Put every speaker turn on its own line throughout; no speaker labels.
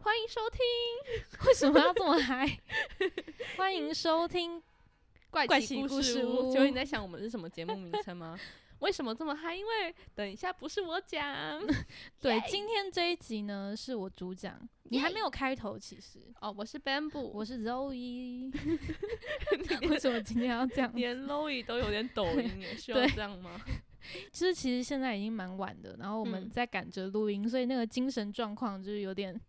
欢迎收听，为什么要这么嗨？ 欢迎收听，
怪
怪奇
奇
故事
事
屋
请问你在想我们是什么节目名称 吗？为什么这么嗨？因为等一下不是我讲
对，今天这一集呢是我主讲，你还没有开头，其实
哦，我是 Bamboo，
我是 Zoe，为什么今天要这 样？
连 Lowy 都有点抖音耶，需要
对
这样吗？
其实其实现在已经蛮晚的，然后我们
嗯
在赶着录音，所以那个精神状况就是有点、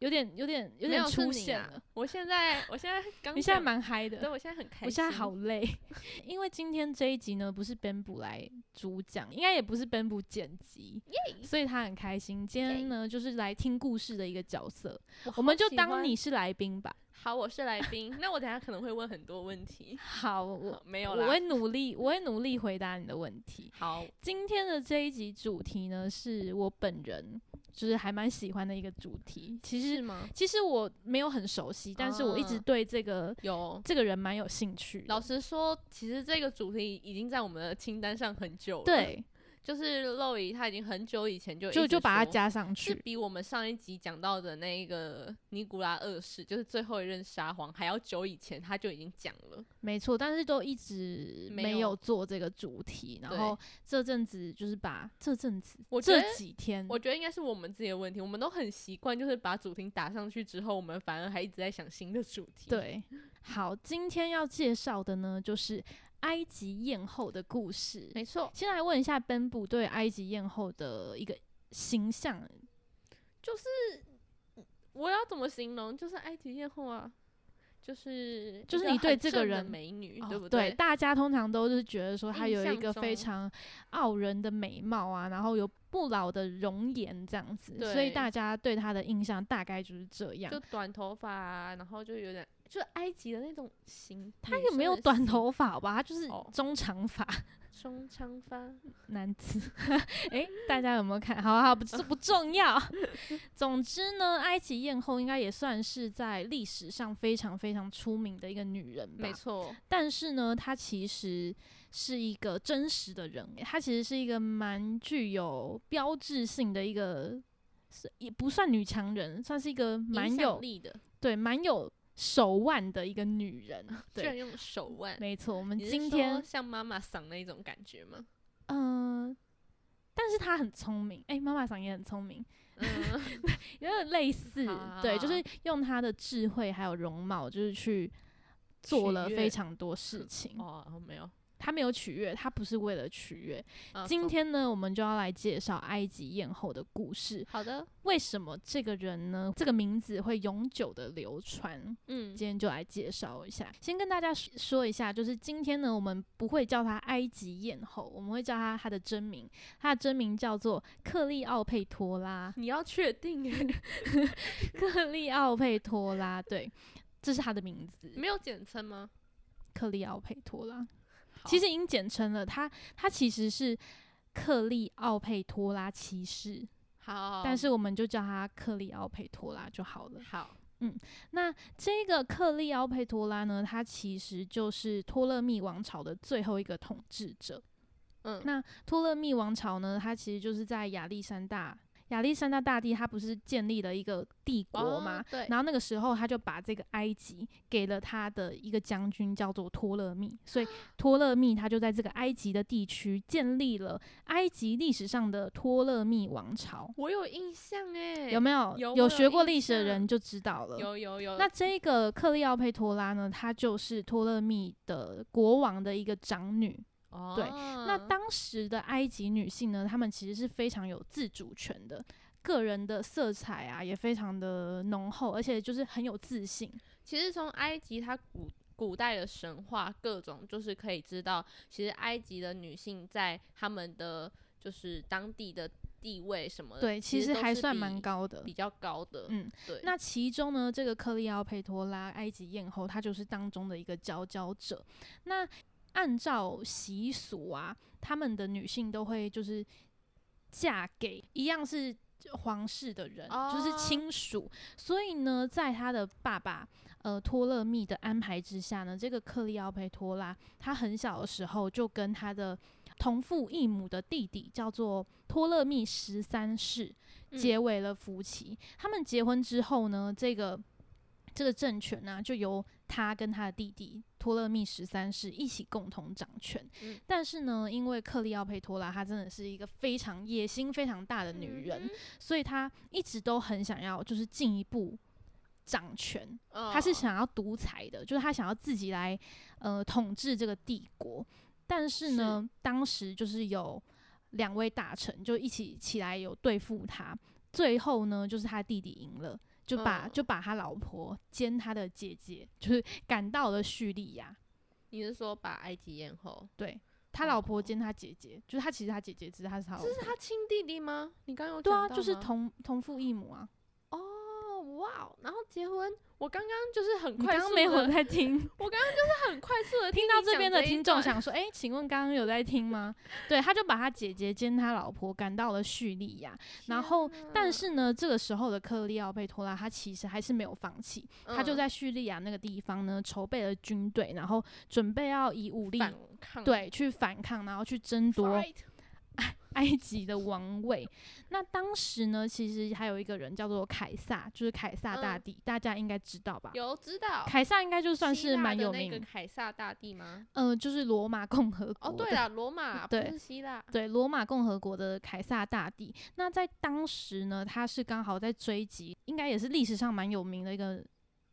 有点、有点、有
没
点
有
出
是你
现
啊
了。
我现在，我现在刚，
你现在，蛮嗨
对
的，
我现在很开心，
我现在好，累， 因为今天这一集呢不是 Bamboo 来主讲，应该也不是 Bamboo 剪辑所以他很开心。今天呢就是来听故事的一个角色，我们就当你是来宾吧。
好，我是来宾。 那我等一下可能会问很多问题，
好，我
好没有
我
啦
会。努力，我会努力回答你的问题。
好，
今天的这一集主题呢，是我本人就是还蛮喜欢的一个主题。其
是
实
吗？
其实我没有很熟悉，但是我一直
啊
对这个、
有。
这个人蛮有兴趣的。
老实说，其实这个主题已经在我们的清单上很久了。，
对，
就是 Lowy 他已经很久以前就
就
一直
就把它
说
加上
是
去。
比我们上一集讲到的那一个尼古拉二世，就是最后一任沙皇，还要久以前他就已经讲了。
没错，但是都一直
没
没
有
有做这个主题。然后这阵子就是把这阵子
我觉得
这几天，
我觉得应该是我们自己的问题，我们都很习惯，就是把主题打上去之后，我们反而还一直在想新的主题。，
对，好，今天要介绍的呢就是埃及艳后的故事。
没错，
先来问一下 Ben 布对埃及艳后的一个形象，
嗯就是我要怎么形容？就是埃及艳后啊，就是
就是
一个
你对
很
这个
正的
人
美女，
哦
对不
对？
对
大家通常都是觉得说她
印
有一
象
个非
中
常傲人的美貌啊，然后有不老的容颜这样子，所以
对
大家对她的印象大概就是这样
就。短头发、啊，然后就有点就埃及的那种型，
她
女
也没
生
有
的
短
型
头发吧，她就是
哦
中长发
中长发。
男子。 诶，大家有没有看？好好，不这不重要。 总之呢，埃及艳后应该也算是在历史上非常非常出名的一个女人吧
没。错，
但是呢，她其实是一个真实的人，她其实是一个蛮具有标志性的一个，是也不算女强人，算是一个蛮
影响
有
力的，
对蛮有手腕的一个女人。
啊 居然
对，
用手腕。
没错，我们
你是
今
说
天
像妈妈桑那一种感觉 吗？
嗯、呃但是她很聪明，哎、妈妈桑也很聪明，
嗯，
有点类似，对，就是
啊
用她的智慧还有容貌，就是去做
取
了
悦
非常多事情。
哦，没有。
她没有取悦，她不是为了取悦，
啊
今
走
天呢，我们就要来介绍埃及艳后的故事。
好的，
为什么这个人呢？这个名字会永久的流传？
嗯，
今，天就来介绍一下。先跟大家说说一下，就是今天呢，我们不会叫她埃及艳后，我们会叫她她的真名。她的真名叫做克利奥佩托拉
你要确定耶
克利奥佩托拉，对，这是她的名字，
没有简称吗？
克利奥佩托拉。
好
其实已经简称了，她她其实是克利奥佩托拉骑士。
好，
但是我们就叫他克利奥佩托拉就好了。
好，
那这个克利奥佩托拉呢，他其实就是托勒密王朝的最后一个统治者。
嗯，
那托勒密王朝呢，它其实就是在亚历山大亚历山大大帝，他不是建立了一个帝国
哦
吗？
对，
然后那个时候，他就把这个埃及给了他的一个将军，叫做托勒密。所
啊
以托勒密他就在这个埃及的地区建立了埃及历史上的托勒密王朝。
我有印象哎，
有没有
有我
学
有
过
印
历史的人
象
就知道了。
有有有，
那这个克利奥佩托拉呢，她就是托勒密的国王的一个长女。对那
哦
当时的埃及女性呢，她们其实是非常有自主权的，个人的色彩啊也非常的浓厚，而且就是很有自信。
其实从埃及它古古代的神话各种，就是可以知道，其实埃及的女性在她们的就是当地的地位什么的，
对，其实
呃都
还
是
算
比
蛮，高的
比。较高的。
嗯，
对。
那其中呢，这个克利奥佩托拉埃及艳后，她就是当中的一个佼佼者。那按照习俗啊，他们的女性都会就是嫁给一样是皇室的人，就是
哦
亲属。所以呢，在他的爸爸呃托勒密的安排之下呢，这个克利奥佩托拉，她很小的时候就跟她的同父异母的弟弟叫做托勒密十三世
嗯
结为了夫妻。他们结婚之后呢，这个这个政权呢、就由他跟他的弟弟托勒密十三世一起共同掌权。
嗯
但是呢，因为克利奥佩托拉她真的是一个非常野心非常大的女
嗯
人，所以她一直都很想要就是进一步掌权。
嗯，
他是
嗯，
想要独裁的，就是他想要自己来呃统治这个帝国。但是呢，当时就是有两位大臣就一起起来有对付他，最后呢就是他弟弟赢了。就把、
嗯
就把他老婆兼他的姐姐，就是赶到了叙利亚。
你是说把埃及艳后？
对他老婆
哦
兼他姐姐，就是他其实他姐姐，只是他是他老
这是
婆。
他亲弟弟吗？你刚刚有
对
讲
啊，
到
就是
吗
同同父异母啊。
哦，哇哦！然后结婚，我刚刚就是很
你
快
刚
速
刚
的，
没有在听，
我刚刚就是很快 速的
听到这
这
边的
一
听众
段，
想说：“哎、请问刚刚有在听 吗？”对，他就把他姐姐兼他老婆赶到了叙利亚，然后
天啊哪
但是呢，这个时候的克利奥佩托拉他其实还是没有放弃，他就
嗯
在叙利亚那个地方呢筹备了军队，然后准备要以武力
反抗，
对去反抗，然后去争夺
fight，
埃及的王位。那当时呢，其实还有一个人叫做凯撒，就是凯撒大
嗯
帝，大家应该知道吧？
有知道，
凯撒应该就算
希
是
腊
蛮
的
有
那
名
个，凯撒大帝吗？
嗯、就是罗马共和国
哦，对
的嗯
了，罗马不
对
是希腊，
对，罗马共和国的凯撒大帝。那在当时呢，他是刚好在追击，应该也是历史上蛮有名的一个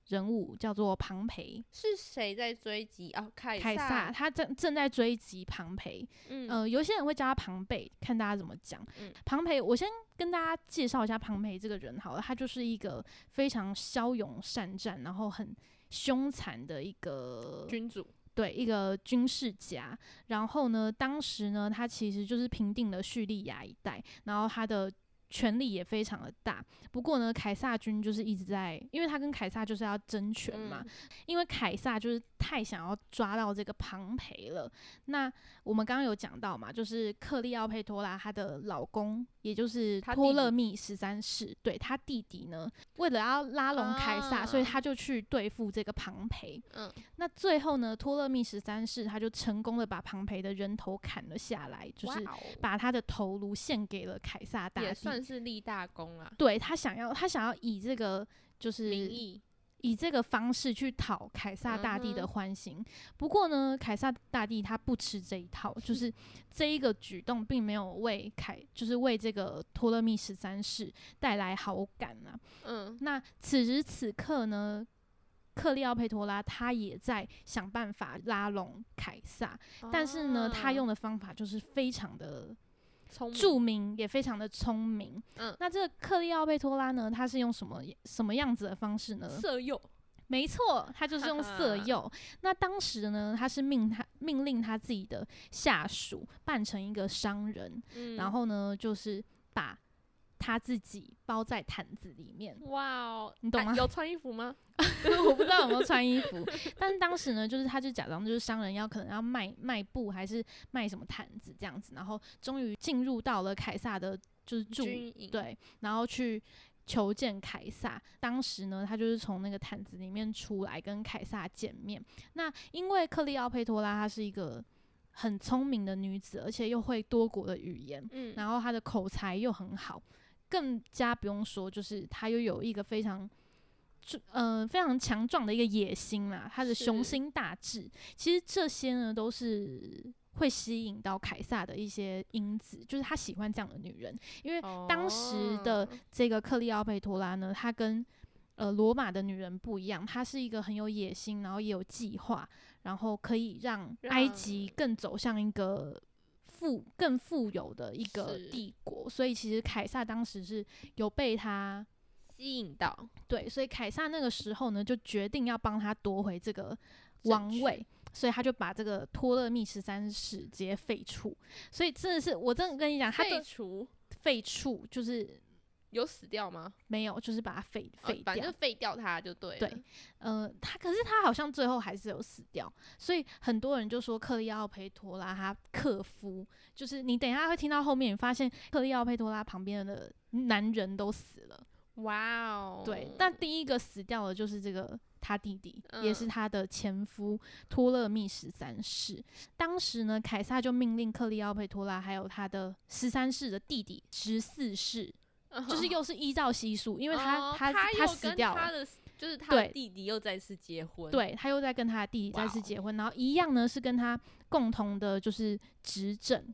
人物，叫做庞培。
是谁在追击啊？凯
凯撒，他正正在追击庞培。
嗯
呃，有些人会叫他庞贝，看大家怎么讲
嗯。
庞培，我先跟大家介绍一下庞培这个人好了，他就是一个非常骁勇善战，然后很凶残的一个
君主，
对，一个军事家。然后呢，当时呢，他其实就是平定了叙利亚一带，然后他的权力也非常的大。不过呢，凯撒军就是一直在，因为他跟凯撒就是要争权嘛，
嗯
因为凯撒就是太想要抓到这个庞培了。那我们刚刚有讲到嘛，就是克利奥佩托拉她的老公，也就是
她弟
托
弟
勒密十三世，对他弟弟呢，为了要拉拢凯撒，所以
啊
他就去对付这个庞培。
嗯，
那最后呢，托勒密十三世他就成功的把庞培的人头砍了下来，就是
哇哦
把他的头颅献给了凯撒大
也
帝。
算是立大功啦，
对他想要，他想要以这个就是
名义
以这个方式去讨凯撒大帝
嗯
的
哼
欢心。不过呢，凯撒大帝他不吃这一套，就是 这一个举动并没有为凯，就是为这个托勒密十三世带来好感啊。
嗯，
那此时此刻呢，克利奥佩托拉他也在想办法拉拢凯撒，但是呢，他
啊
用的方法就是非常的
聪明，
著名，也非常的聪明。
嗯
那这个克利奥佩托拉呢，他是用什么什么样子的方式呢？
色诱，
没错，他就是用 色诱。那当时呢，他是命他命令他自己的下属扮成一个商人，
嗯
然后呢，就是把他自己包在毯子里 面。
哇哦，
你懂
啊
吗
有穿衣 服吗？
我不知道有没有穿衣服，但是当时呢，就是他就假装就是商人要可能要卖卖布还是卖什么毯子这样子，然后终于进入到了凯撒的，就是住
军营，
对，然后去求见凯撒。当时呢，他就是从那个毯子里面出来跟凯撒见面。那因为克利奥佩托拉她是一个很聪明的女子，而且又会多国的语言，
嗯，
然后她的口才又很好，更加不用说，就是她又有一个非常。就呃，非常强壮的一个野心啦，她的雄
是
心大志，其实这些呢都是会吸引到凯撒的一些因子，就是他喜欢这样的女人，因为当时的
哦
这个克利奥佩托拉呢，她跟呃罗马的女人不一样，她是一个很有野心，然后也有计划，然后可以让埃及
让
更走向一个富更富有的一个
是
帝国。所以其实凯撒当时是有被他
吸引到
对，所以凯撒那个时候呢，就决定要帮他夺回这个
政
王
权
位。所以他就把这个啊托勒密十三世直接废除，所以真的是我真的跟你讲，他
废
的
除
废黜，就是
有死掉吗？
没有，就是把它废
哦
废掉。
反正就废掉它就对了。
对，呃，他可是他好像最后还是有死掉，所以很多人就说克利奥佩托拉他克夫，就是你等一下会听到后面，你发现克利奥佩托拉旁边的男人都死了，
哇哦，
对，但第一个死掉的就是这个他弟弟，也是
嗯
他的前夫托勒密十三世。当时呢，凯撒就命令克利奥佩托拉还有他的十三世的弟弟十四世，就是又是依照习俗，因
因
为他、
嗯哦他
他
又
死
跟
掉了
他，的就是他的
对
弟弟又再次结婚，，
对他又在跟他的弟弟再次
哇哦
结婚，然后一样呢是跟他共同的就是执政。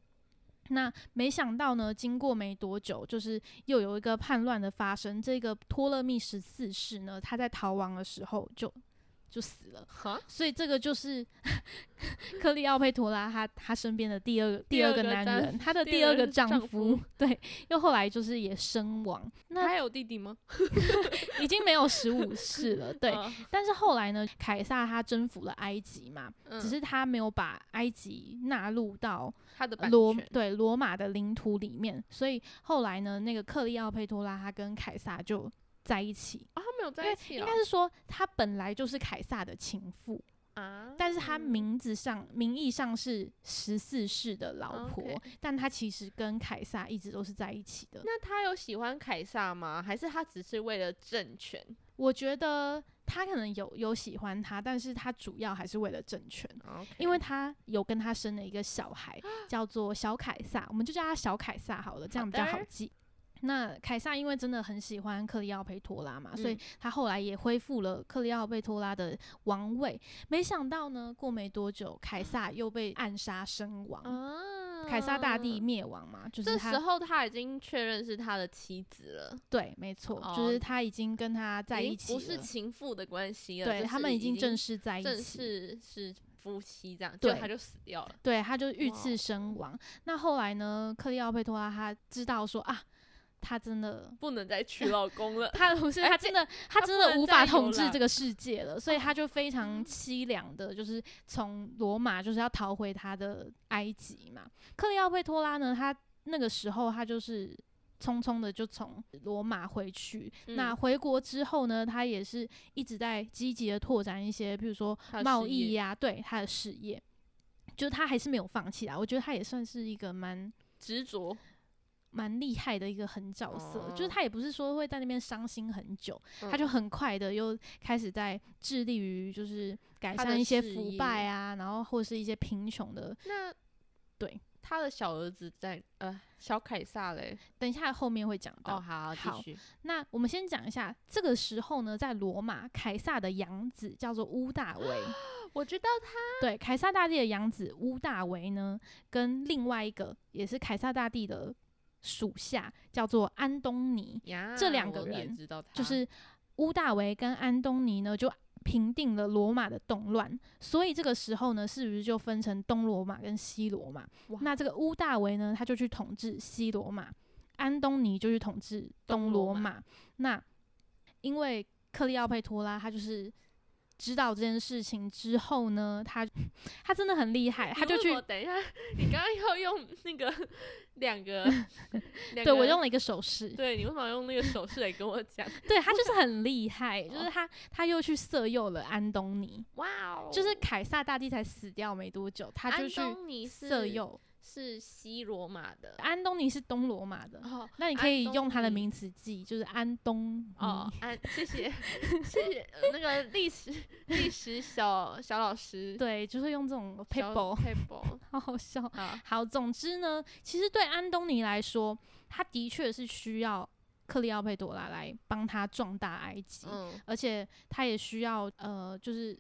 那没想到呢，经过没多久，就是又有一个叛乱的发生。这个托勒密十四世呢，他在逃亡的时候就就死了，
哈，
所以这个就是 克利奥佩托拉他他身边的第二个第
第
二
二
个
个
男
丈
人，他的
第
第
二
二个
个
丈
丈
夫
夫，
对，又后来就是也身亡，
他
那
还有弟弟吗？
已经没有十五世 了，对。
哦，
但是后来呢，凯撒他征服了埃及嘛，只
嗯
是他没有把埃及纳入到呃
他的版
罗
权哦
对罗马的领土里面，所以后来呢，那个克利奥佩托拉他跟凯撒就在一起，
啊，他没有在一起
应
哦
该是说他本来就是凯撒的情妇，
啊，
但是他名字上名义上是十四世的老婆
OK
但他其实跟凯撒一直都是在一起的。
那他有喜欢凯撒吗？还是他只是为了政权？
我觉得他可能有有喜欢他，但是他主要还是为了政权。
哦
因为他有跟他生了一个小孩，
啊
叫做小凯撒，我们就叫他小凯撒好了，这样比较
好
好
的
记。那凯撒因为真的很喜欢克利奥佩托拉嘛，所以
嗯
他后来也恢复了克利奥佩托拉的王位。没想到呢，过没多久，凯撒又被暗杀身亡，
啊
凯撒大帝灭亡嘛，就是
这时
他
候他已经确认是他的妻子了，
对，没错，就
哦
是他已经跟他在
已
一
经
起
不是
了，
情妇的关系了。
对
就
他
是
们
已
已经正式在一
正
起，
式是夫妻这样，结果
对
他就死掉了。
对，他就遇
哇
刺身亡。那后来呢，克利奥佩托拉他知道说啊，他真的，，
不能再娶老公了
他不是他真的，他
他
真
不
的
能
无法
再
统
游
治这
览
个世界了，所以他就非常凄凉的，就是从罗马就是要逃回他的埃及嘛。克利奥佩托拉呢，他那个时候他就是。匆匆的就从罗马回去，那
嗯
回国之后呢，他也是一直在积极的拓展一些，比如说
他的
贸
事
易啊
业
呀、对他的事业，就他还是没有放弃啦。我觉得他也算是一个蛮
执着。
蛮厉害的一个狠角色，就是
哦
他也不是说会在那边伤心很久，他就
嗯
很快的又开始在致力于就是改
他
善
的
一些
事
腐
业
败啊，然后或是一些贫穷的。
那
对
他的小儿子在呃小凯撒嘞。
等一下后面会讲到。
哦，好，
好
继续。
那我们先讲一下，这个时候呢，在罗马，凯撒的养子叫做乌大维。
我知道他
对，凯撒大帝的养子乌大维呢，跟另外一个也是凯撒大帝的属下，叫做安东尼，
呀，
这两
我
个
原来
人
知道他
就是乌大维跟安东尼呢，就平定了罗马的动乱，所以这个时候呢，是不是就分成东罗马跟西罗马
哇？
那这个乌大维呢，他就去统治西罗马，安东尼就去统治东
东
罗
罗
马。那因为克利奥佩托拉，他就是。知道这件事情之后呢，他他真的很厉害，他
你
就
为什
去
么等一下， 你刚刚要用那个两 个，两
对我
个
用了一个手势，
对你为什么要用那个手势来跟我讲？
对他 就是很厉害，
哦
就是他他又去色诱了安东尼，
哇哦
就是凯撒大帝才死掉没多久，他就
安
去
东尼是
色诱啊
是西罗马的，
安东尼是东罗马的，
哦
那你可以
安东尼
用他的名词记，就是安东尼。
哦，安 谢谢谢谢呃那个历史历史小小老师
对，就是用这种 p a p e
p a p e
好好笑。
啊，
好，总之呢，其实对安东尼来说，他的确是需要克利奥佩朵拉来帮他壮大埃及，
嗯，
而且他也需要呃，就是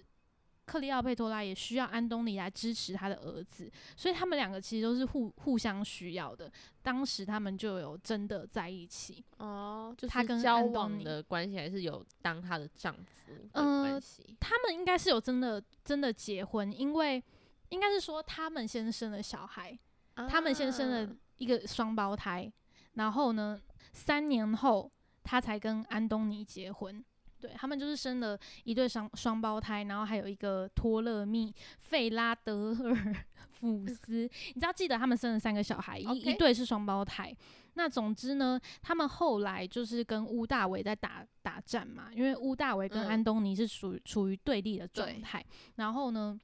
克利奥佩托拉也需要安东尼来支持他的儿子，所以他们两个其实都是互互相需要的。当时他们就有真的在一起，
哦，就是
他跟
交
安东
往
尼
的关系还是有当他的丈夫的
呃
关系，
他们应该是有真的真的结婚，因为应该是说他们先生了小孩，他们先生
啊
了一个双胞胎，然后呢，三年后他才跟安东尼结婚。对他们就是生了一对双双胞胎，然后还有一个托勒密费拉德尔福斯。你知道，记得他们生了三个小孩，一一
嗯 OK
对是双胞胎。那总之呢，他们后来就是跟乌大维在打打战嘛，因为乌大维跟
嗯
安东尼是属于处于对立的状
对
态。然后呢，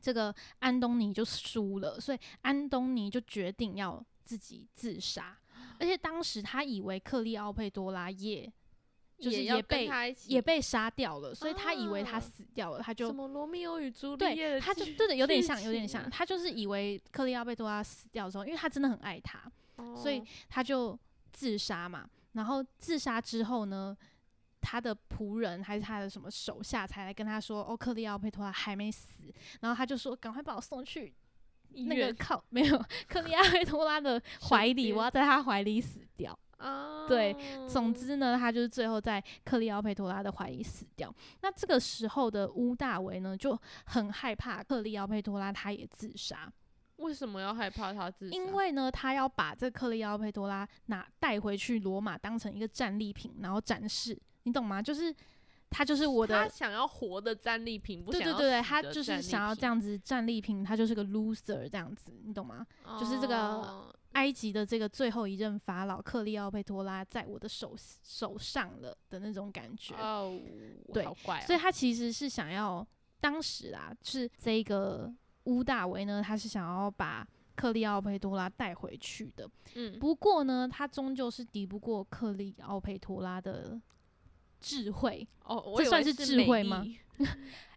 这个安东尼就输了，所以安东尼就决定要自己自杀。而且当时他以为克利奥佩多拉也就是
也
也
要跟
被
他一起
也被杀掉了，所以他以为他
啊
死掉了，他
什
就
么罗密欧与朱丽叶
对，
的
他就
剧
对的，有点
剧
像，有点
情啊
像，他就是以为克利奥贝多拉死掉之后，因为他真的很爱他，所以
哦
他就自杀嘛。然后自杀之后呢，他的仆人还是他的什么手下才来跟他说，哦，克利奥佩托拉还没死。然后他就说，赶快把我送去
医
那个
院
靠没有克利奥佩托拉 的怀里，
边
我要在他怀里死掉。
啊，
对总之呢，他就是最后在克利奥佩托拉的怀里死掉。那这个时候的乌大维呢，就很害怕克利奥佩托拉他也自杀，
为什么要害怕他自杀？
因为呢，他要把这克利奥佩托拉拿带回去罗马当成一个战利品，然后展示，你懂吗？就是他就是我
他
的。
想要活的战利品，不
对
想
对
要
对对，
死
他
的
就是
战利
想要这
品，
样子战利品，他就是个 loser 这样子，你懂吗？就是这个
哦
埃及的这个最后一任法老克利奥佩托拉在我的手手上了的那种感觉。
哦，
对
好怪哦，
所以他其实是想要当时啦，是这个乌大维呢，他是想要把克利奥佩托拉带回去的。
嗯，
不过呢，他终究是敌不过克利奥佩托拉的智慧。
哦，我
这
以为
算是
是
智
美
慧吗
意？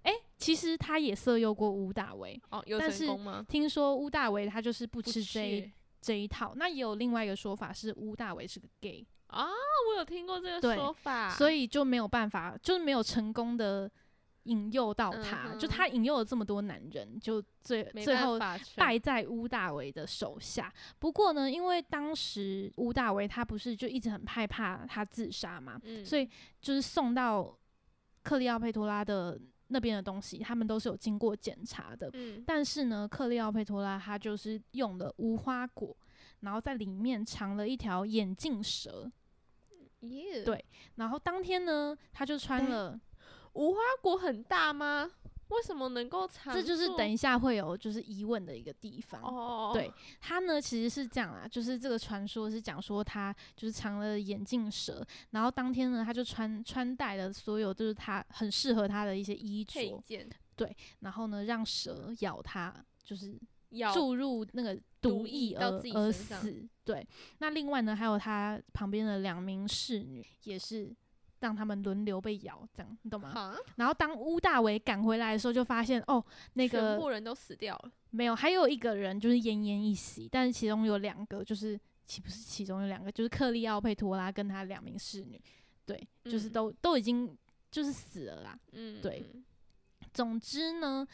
诶，其实他也色诱过乌大维。
哦，有
但
成
是
功吗？
听说乌大维他就是不
不
吃这一
屑
这一套，那也有另外一个说法是乌大维是个 gay，、
啊，我有听过这
对
个说法，
所
以
以就没有办法，就是没有成功的引诱到他，
嗯哼
就他引诱了这么多男人，就最
没
最
办
后
法成
败在乌大维的手下。不过呢，因为当时乌大维他不是就一直很害怕他自杀嘛，
嗯
所以就是送到克利奥佩托拉的那边的东西，他们都是有经过检查的。
嗯，
但是呢，克利奥佩托拉他就是用了无花果，然后在里面藏了一条眼镜蛇。
耶，
对然后当天呢，他就穿了，
无花果很大吗？为什么能够藏住？
这就是等一下会有就是疑问的一个地方。
哦，
对他呢，其实是这样啦，就是这个传说是讲说他就是藏了眼镜蛇，然后当天呢，他就穿穿戴了所有就是他很适合他的一些衣
配
着，
件
然后呢让蛇咬他，就是
要
注入那个毒
毒
液
液到
而
自己
而
身上
死。对，那另外呢，还有他旁边的两名侍女也是。让他们轮流被咬，这样你懂吗？
啊，
然后当乌大维赶回来的时候，就发现哦，那
全
个
部人都死掉了，
没有，还有一个人就是奄奄一息，但是其中有两个就是，其不是其中有两个就是克利奥佩托拉跟他两名侍女，对，就是
嗯
都、都已经就是死了啦。
嗯，
对总之呢，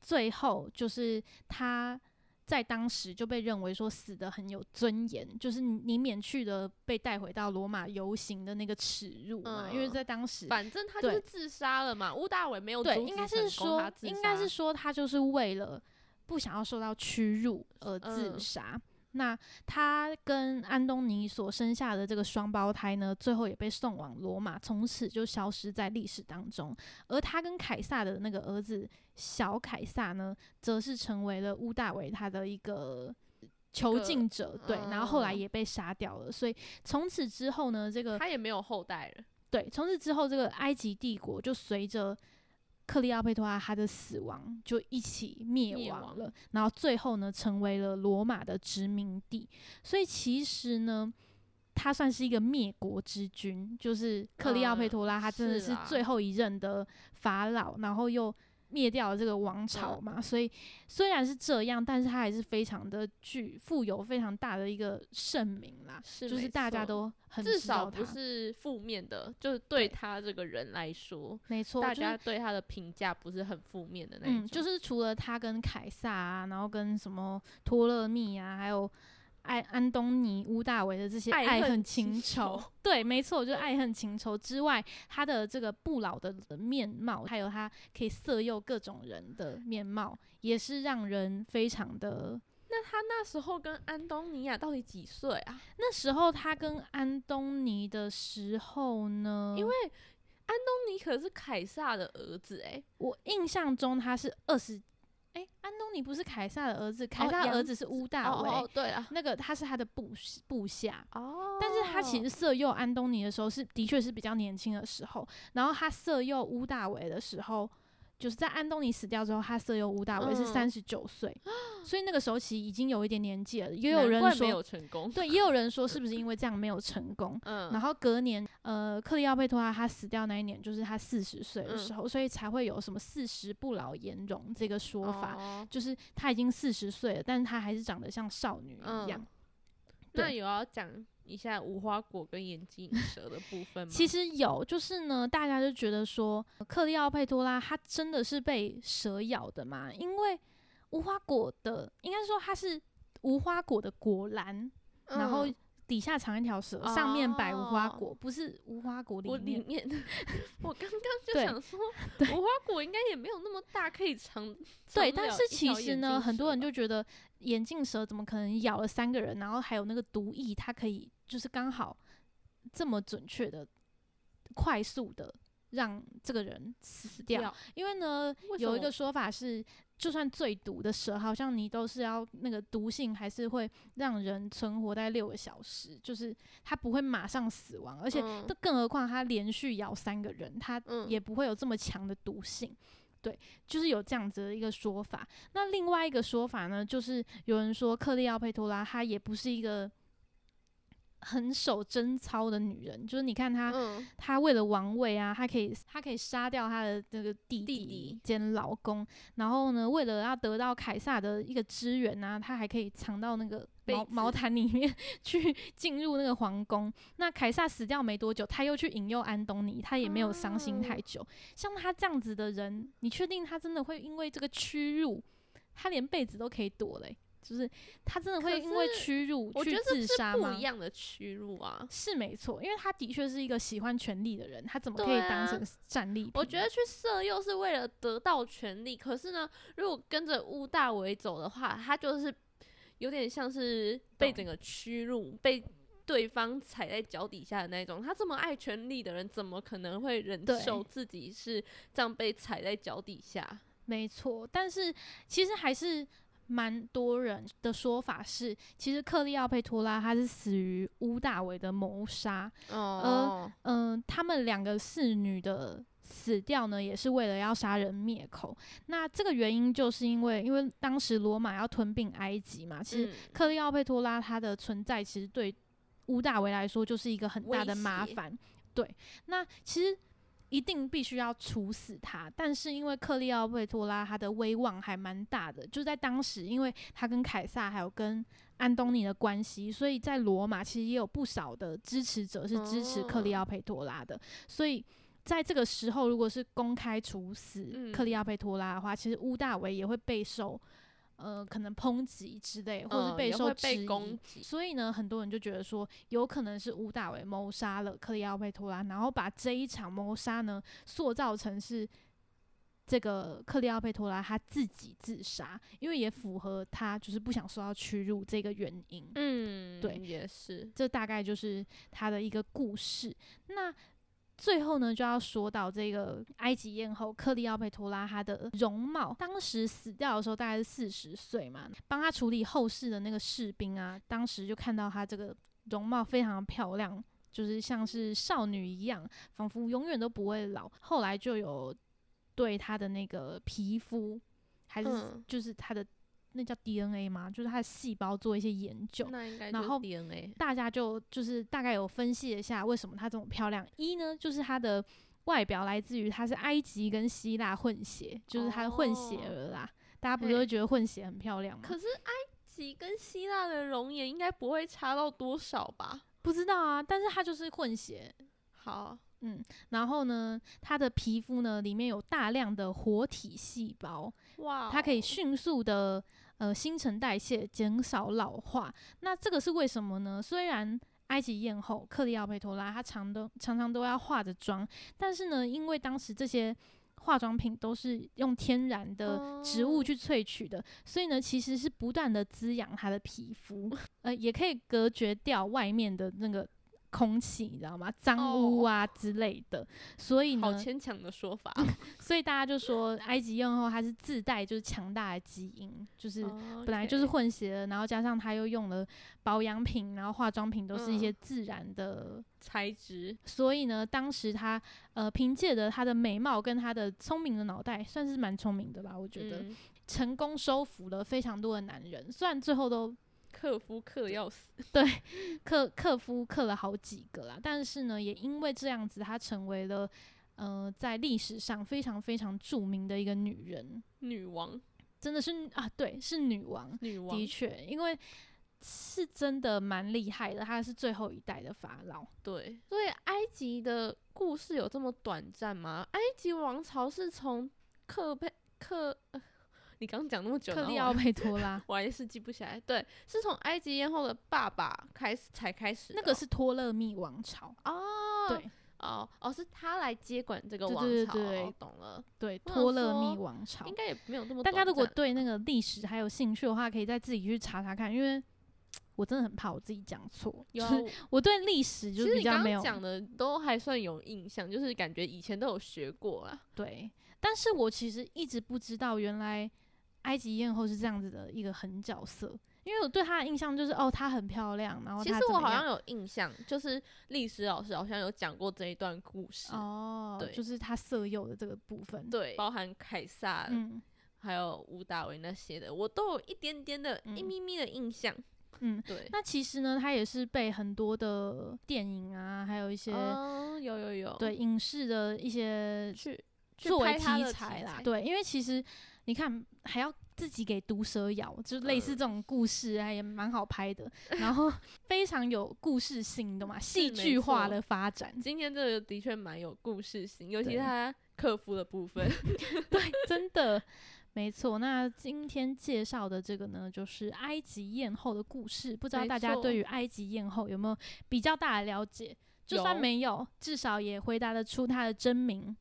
最后就是他在当时就被认为说死的很有尊严，就是你你免去了被带回到罗马游行的那个耻辱嘛，因为
嗯
在当时
反正他就
对
是自杀了嘛。乌大伟没有
对，
阻
应
止
该
成
是
功他
说，
自
应该是
杀
说他就是为了不想要受到屈辱而自
嗯
杀。那他跟安东尼所生下的这个双胞胎呢，最后也被送往罗马，从此就消失在历史当中。而他跟凯撒的那个儿子小凯撒呢，则是成为了乌大维他的一个囚
个
禁者，对，然后后来
嗯
也被杀掉了。所以从此之后呢，这个
他也没有后代了。
对，从此之后，这个埃及帝国就随着克利奥佩托拉他的死亡就一起灭
灭
亡
亡
了，然后最后呢，成为了罗马的殖民地。所以其实呢，他算是一个灭国之君，就是克利奥佩
嗯
托拉，他真的
是
是
啦
最后一任的法老，然后又。灭掉了这个王朝
嗯
嘛，所以虽然是这样，但是他还是非常的具富有非常大的一个盛名啦，
是
就是
没
大家
错
都很
至
知道
少
他，
不是负面的，就是对
对
他这个人来说，
没错，
大
就是
家对他的评价不是很负面的那一
嗯，
种。
就是是除了他跟凯撒啊，然后跟什么托勒密啊，还有爱安东尼、乌大维的这些
爱
爱
恨
恨
情
情仇
仇，
对，没错，就是爱恨情仇之外，他的这个不老的面貌，还有他可以色诱各种人的面貌，也是让人非常的。
那他那时候跟安东尼亚到底几岁啊？
那时候他跟安东尼的时候呢，
因为安东尼可是凯撒的儿子哎、
我印象中他是二十，哎，安东尼不是凯撒的儿子，凯
哦
撒的
养
儿子是乌大维，
哦哦，对啊，
那个他是他的部部下。
哦
但是他其实色诱安东尼的时候是的确是比较年轻的时候，然后他色诱乌大维的时候，就是在安东尼死掉之后，他色诱乌大维是
嗯
三十九 岁，所以那个时候其实已经有一点年纪了。也
难
有人
怪没
说，
有成功，
对，也有人说是不是因为这样没有成功？
嗯，
然后隔年，呃，克利奥佩托拉他死掉那一年，就是他四十岁的
嗯
时候，所以才会有什么“四十不老颜容”这个说法，
哦
就是他已经四十岁了，但是他还是长得像少女一样。
嗯那
对
有要讲一下无花果跟眼镜蛇的部分吗？
其实有，就是呢，大家就觉得说，呃克利奥佩托拉她真的是被蛇咬的嘛？因为无花果的，应该说它是无花果的果篮，
嗯，
然后底下藏一条蛇，上面摆无花
哦
果，不是无花果里
我里
面。
面， 我刚刚就
对
想说，
对
无花果应该也没有那么大，可以藏。
对，
藏不
但
了
是
一
其
条
实
眼
呢，
镜
很
蛇
多人
吧
就觉得眼镜蛇怎么可能咬了三个人，然后还有那个毒液，它可以就是刚好这么准确的、快速的让这个人死掉。
掉
因为呢，
为什
有一个
么
说法是，就算最毒的蛇，好像你都是要那个毒性还是会让人存活在六个小时，就是它不会马上死亡，而且
嗯
都更何况它连续咬三个人，它
嗯
也不会有这么强的毒性。对，就是有这样子的一个说法。那另外一个说法呢，就是有人说克利奥佩托拉她也不是一个很守贞操的女人，就是你看她
嗯，
她为了王位啊，她可以她可以杀掉她的那个弟
弟
弟
弟
兼老公，然后呢，为了要得到凯撒的一个支援啊，她还可以藏到那个
杯
毛
子
毛毯里面 去进入那个皇宫。那凯撒死掉没多久，她又去引诱安东尼，她也没有伤心太
哦
久。像她这样子的人，你确定她真的会因为这个屈辱，她连被子都可以躲嘞、就是她真的
可
会因为
是
屈辱
我觉
去
得这
自
是
杀
不
吗
一？样的屈辱啊。
是没错，因为他的确是一个喜欢权力的人，他怎么可
对
以
啊
当成战利品呢、
我觉得去色诱是为了得到权利，可是呢，如果跟着乌大维走的话，他就是有点像是被
懂
整个屈辱，被对方踩在脚底下的那种。他这么爱权力的人，怎么可能会忍
对
受自己是这样被踩在脚底下？
没错，但是其实还是蛮多人的说法是，其实克利奥佩托拉他是死于乌大维的谋杀，
哦，
嗯、他们两个侍女的死掉呢，也是为了要杀人灭口。那这个原因就是因为，因为当时罗马要吞并埃及嘛，其实
嗯
克利奥佩托拉她的存在，其实对乌大维来说就是一个很大的
威胁
麻烦。对，那其实一定必须要处死他，但是因为克利奥佩托拉她的威望还蛮大的，就在当时，因为她跟凯撒还有跟安东尼的关系，所以在罗马其实也有不少的支持者是支持克利
哦
奥佩托拉的，所以。在这个时候，如果是公开处死、克利
嗯
奥佩托拉的话，其实乌大维也会备受呃，可能抨击之类，或是
嗯
备
也
受
会
质
被
疑。
攻击。
所以呢，很多人就觉得说，有可能是乌大维谋杀了克利奥佩托拉，然后把这一场谋杀呢塑造成是这个克利奥佩托拉他自己自杀，因为也符合他就是不想受到屈辱这个原因。
嗯，
对
也是。
这大概就是他的一个故事。那最后呢，就要说到这个埃及艳后克利奥佩托拉她的容貌。当时死掉的时候大概是四十岁嘛，帮她处理后事的那个士兵啊，当时就看到她这个容貌非常漂亮，就是像是少女一样，仿佛永远都不会老。后来就有对她的那个皮肤，还是、
嗯
就是她的那叫 DNA 嘛，就是她的细胞做一些研究。
那应该
然
就是
后
DNA
大家就就是大概有分析一下为什么她这么漂亮。一呢，就是她的外表来自于她是埃及跟希腊混血，就是她的混血
哦
儿啦。大家不是
嘿
会觉得混血很漂亮吗？
可是埃及跟希腊的容颜应该不会差到多少吧？
不知道啊，但是她就是混血。
好，
嗯，然后呢，她的皮肤呢里面有大量的活体细胞，
哇哦，
它可以迅速的呃新陈代谢，减少老化。那这个是为什么呢？虽然埃及艳后克利奥佩托拉她常都常常都要化着妆，但是呢，因为当时这些化妆品都是用天然的植物
哦
去萃取的，所以呢，其实是 不断的滋养她的皮肤，呃，也可以隔绝掉外面的那个。空气，你知道吗？脏污啊之类的。所以
哦好
呢，
牵强的说法，
所以大家就说埃及艳后她是自带就是强大的基因，就是本
本
来就是混血的，然后加上她又用了保养品，然后化妆品都是一些
嗯
自然的
材质，
所以呢，当时她呃凭借着她的美貌跟她的聪明的脑袋，算是蛮聪明的吧，我觉得、
嗯
成功收服了非常多的男人，虽然最后都
克夫克的要死，
克克夫克了好几个啦，但是呢，也因为这样子，她成为了呃在历史上非常非常著名的一个女人，
女王，
真的是啊，对，是女王，
女王
的，确，因为。是真的蛮厉害的，她是最后一代的法老。
对，所以埃及的故事有这么短暂吗？埃及王朝是从克佩克，呃 你刚讲那么久，
克
然后
利
我
奥
还，
佩托拉
我还是记不起来，对，是从埃及艳后的爸爸开始才开 始的哦，
那个是托勒密王朝。
哦，
对，
哦哦，是他来接管这个
对
王
对对
朝，哦
对
懂了，
对，
我
托
想
勒密
说
王朝
应。该也没有这么短暂。
大家如果对那个历史还有兴趣的话，可以再自己去查查看，因为我真的很怕我自己讲错。
有啊
就是我对历史
其
就
实
比
你
较
刚
没有
刚讲的都还算有印象，就是感觉以前都有学过啦。
对，但是我其实一直不知道原来埃及艳后是这样子的一个狠角色，因为我对她的印象就是哦，她很漂亮，然后
其
她
实
怎
我
么
好
样
像有印象，就是历史老师好像有讲过这一段故事，
哦
对，
就是她色诱的这个部分。，
对，包含凯撒、
嗯
还有吴大维那些的，我都有一点点的、一
嗯
咪咪的印象。
嗯。
对，
那其实呢，她也是被很多的电影啊，还有一些、
哦，有有有，
对影视的一些
去，去
作为
拍他
题
的
材啦，
材
对，因为其实你看还要自己给毒蛇咬，就类似
嗯
这种故事啊，也蛮好拍的，然 后非常有故事性，你懂吗？戏
没
剧化
错
的发展，
今天这个的确蛮有故事性，尤其
对
他克夫的部分。
对，真的没错。那今天介绍的这个呢，就是埃及艳后的故事，不知道
没
大家
错
对于埃及艳后有没有比较大的了解？就算
有
没有，至少也回答得出她的真名。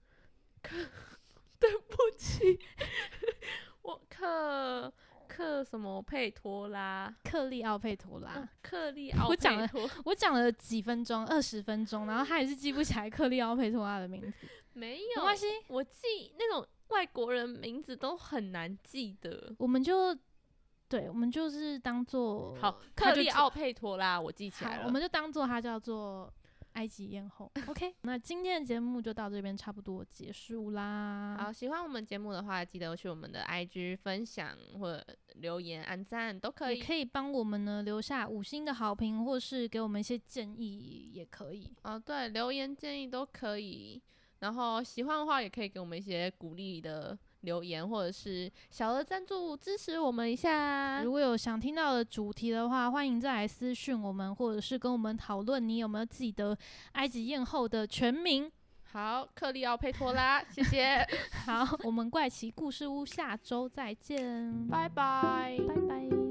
我克克什么佩托拉，
克利奥佩图拉，
啊、克利 奥
我讲
佩
了
托，
我讲了几分钟，二十分钟，然后他也是记不起来克利奥佩托拉的名字，
没
没
有，
关系，
我记那种外国人名字都很难记得。
我们就对，我们就是当做
好，
他
克
就
利
叫
奥佩托拉，我记起来
好，
了。
我们就当做它叫做埃及艳后。OK，那今天的节目就到这边差不多结束啦。
好，喜欢我们节目的话，记得去我们的 IG 分享或者留言、按赞都可以。
也可以帮我们呢留下五星的好评，或是给我们一些建议也可以。
哦，对，留言建议都可以。然后喜欢的话，也可以给我们一些鼓励的留言，或者是小额赞助支持我们一下。
如果有想听到的主题的话，欢迎再来私讯我们，或者是跟我们讨论你有没有记得埃及艳后的全名。
好，克利奥佩托拉，谢 谢，
好，我们怪奇故事屋下周再见，
拜拜。
拜拜。